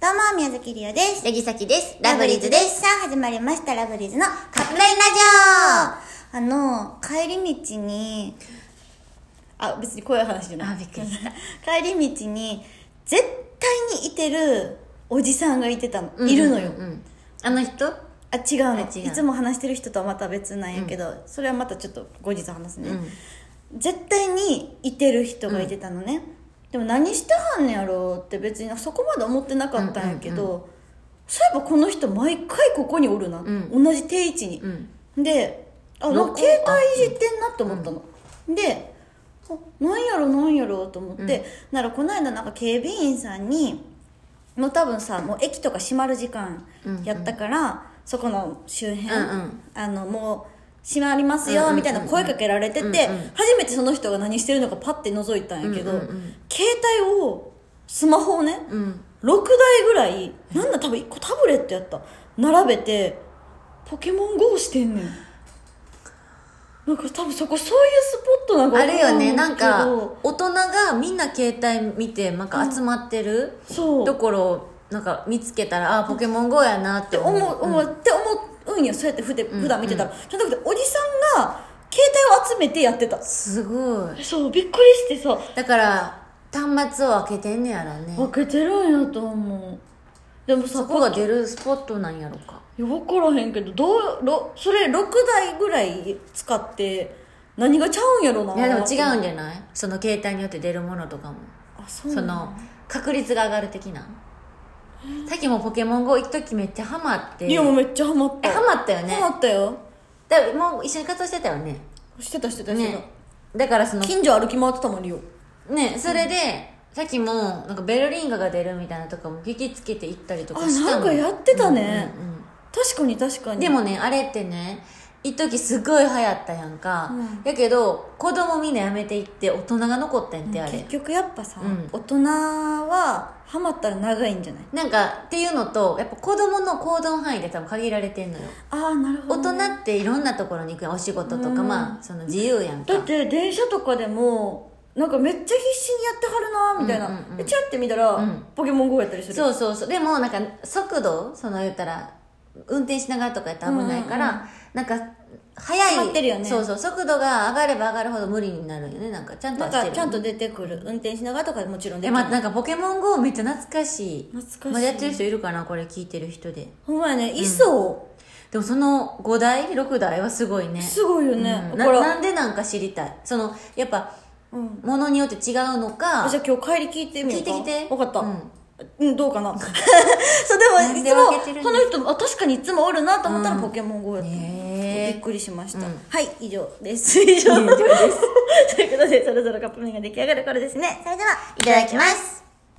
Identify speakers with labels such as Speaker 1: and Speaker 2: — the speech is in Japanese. Speaker 1: どうも、宮崎りおです。
Speaker 2: ヤギサキです。ラブリーズです。。
Speaker 1: さあ、始まりました、ラブリーズのカップラインラジオあの、帰り道に、あ、別にこういう話じゃない。
Speaker 2: あびっくりした。
Speaker 1: 帰り道に、絶対にいてるおじさんがいてたの。いるのよ。
Speaker 2: うんあの人
Speaker 1: あ違うの
Speaker 2: あ違う
Speaker 1: いつも話してる人とはまた別なんやけど、それはまたちょっと後日話すね、絶対にいてる人がいてたのね、でも何してはんねやろうって別にそこまで思ってなかったんやけど、そういえばこの人毎回ここにおるな、
Speaker 2: ん
Speaker 1: 同じ定位置に
Speaker 2: う、ん。
Speaker 1: であ
Speaker 2: 録
Speaker 1: な
Speaker 2: 音
Speaker 1: 携帯いじってんなって思ったの、であなんやろなんやろと思って、ならこの間なんか警備員さんにもう多分さもう駅とか閉まる時間やったから、そこの周辺、
Speaker 2: うんうん
Speaker 1: あのもう閉まります
Speaker 2: うんうんうん
Speaker 1: よ
Speaker 2: うん
Speaker 1: みたいな声かけられてて、初めてその人が何してるのかパッて覗いたんやけど、
Speaker 2: うんうんうん
Speaker 1: 携帯をスマホをね、
Speaker 2: うん。
Speaker 1: 6台ぐらいなんだ多分1個タブレットやった並べてポケモン GO してんねんなんか多分そこそういうスポットなんか
Speaker 2: あるよね、
Speaker 1: わ
Speaker 2: なん
Speaker 1: ん
Speaker 2: か
Speaker 1: ないけど、
Speaker 2: 大人がみんな携帯見て、なんか集まってる
Speaker 1: そう
Speaker 2: と
Speaker 1: っ
Speaker 2: ころを、なんか見つけたら、あ、ポケモン GO やなって
Speaker 1: て思う、思
Speaker 2: ん
Speaker 1: うって思うんよそうやってふで
Speaker 2: ん
Speaker 1: 普段見てたら、じゃなくておじさんが携帯を集めてやってた
Speaker 2: すごい。
Speaker 1: そうびっくりしてさ
Speaker 2: だから、端末を開けてんねやらね。
Speaker 1: 分けてるんやと思うでもさ
Speaker 2: そこが出るスポットなんやろか。
Speaker 1: いや分からへんけどどうろそれ6台ぐらい使って何がちゃうんやろない
Speaker 2: や、でも違うんじゃないその携帯によって出るものとかも。
Speaker 1: あそう
Speaker 2: そ
Speaker 1: な
Speaker 2: の確率が上がる的なさっきも「ポケモン GO」一時めっちゃハマって
Speaker 1: リオもめっちゃハマっ
Speaker 2: え
Speaker 1: た
Speaker 2: ハマったよね
Speaker 1: ハマったよ
Speaker 2: だからもう一緒に活動してたよね
Speaker 1: してたしてたしてた、
Speaker 2: ねだからその
Speaker 1: 近所歩き回ってたもんリオ
Speaker 2: ねそれで、さっきもなんかベルリンガが出るみたいなとかも聞きつけて行ったりと
Speaker 1: あ
Speaker 2: かした
Speaker 1: なんかやってたね、
Speaker 2: うんうん
Speaker 1: 確かに確か
Speaker 2: うん
Speaker 1: に
Speaker 2: でもねあれってね一時すごい流行ったやんか、やけど子供みんなやめていって大人が残ってんってあれ、
Speaker 1: 結局やっぱさ、
Speaker 2: うん
Speaker 1: 大人はハマったら長いんじゃない
Speaker 2: なんかっていうのとやっぱ子供の行動範囲で多分限られてんのよ
Speaker 1: ああなるほ
Speaker 2: 大
Speaker 1: ど
Speaker 2: 人っていろんなところに行くやんお仕事とか、
Speaker 1: うん
Speaker 2: まあその自由やんか
Speaker 1: だって電車とかでもなんかめっちゃ必死にやってはるなみたいな、
Speaker 2: うんうんうん
Speaker 1: でチャって見たら、
Speaker 2: ん
Speaker 1: ポケモン GO やったりする
Speaker 2: そうそうそうでもなんか速度その言ったら運転しながらとかやったら危ないから、なんか
Speaker 1: 止
Speaker 2: 速
Speaker 1: ま
Speaker 2: い
Speaker 1: ってるよね
Speaker 2: そうそう速度が上がれば上がるほど無理になるよねなんかちゃんと
Speaker 1: なん
Speaker 2: 走っ
Speaker 1: か
Speaker 2: てる
Speaker 1: ちゃんと出てくる運転しながらとかもちろん出
Speaker 2: え
Speaker 1: て
Speaker 2: ま
Speaker 1: く
Speaker 2: あ
Speaker 1: る、
Speaker 2: なんかポケモン GO めっちゃ懐かしい
Speaker 1: 懐かしい
Speaker 2: まだやってる人いるかなこれ聞いてる人で
Speaker 1: ほんまやねいそう、
Speaker 2: でもその5台6台はすごいね
Speaker 1: すごいよね、
Speaker 2: うん
Speaker 1: だ
Speaker 2: な
Speaker 1: から
Speaker 2: なんでなんか知りたいそのやっぱ
Speaker 1: うん
Speaker 2: ものによって違うのか
Speaker 1: あじゃあ今日帰り聞いてみようか
Speaker 2: 聞いてきて
Speaker 1: 分かった、う
Speaker 2: うんん
Speaker 1: どうか なそう
Speaker 2: な
Speaker 1: でも
Speaker 2: ん
Speaker 1: い
Speaker 2: で
Speaker 1: つも
Speaker 2: 分けてるんです
Speaker 1: この人あ確かにいつもおるなと思ったら「ポケモン GO」やった、
Speaker 2: ねえ
Speaker 1: びっくりしました、
Speaker 2: うん
Speaker 1: はい以上です 以上ですということでそろそろカップ麺が出来上がる頃ですねそれではい
Speaker 2: ただきます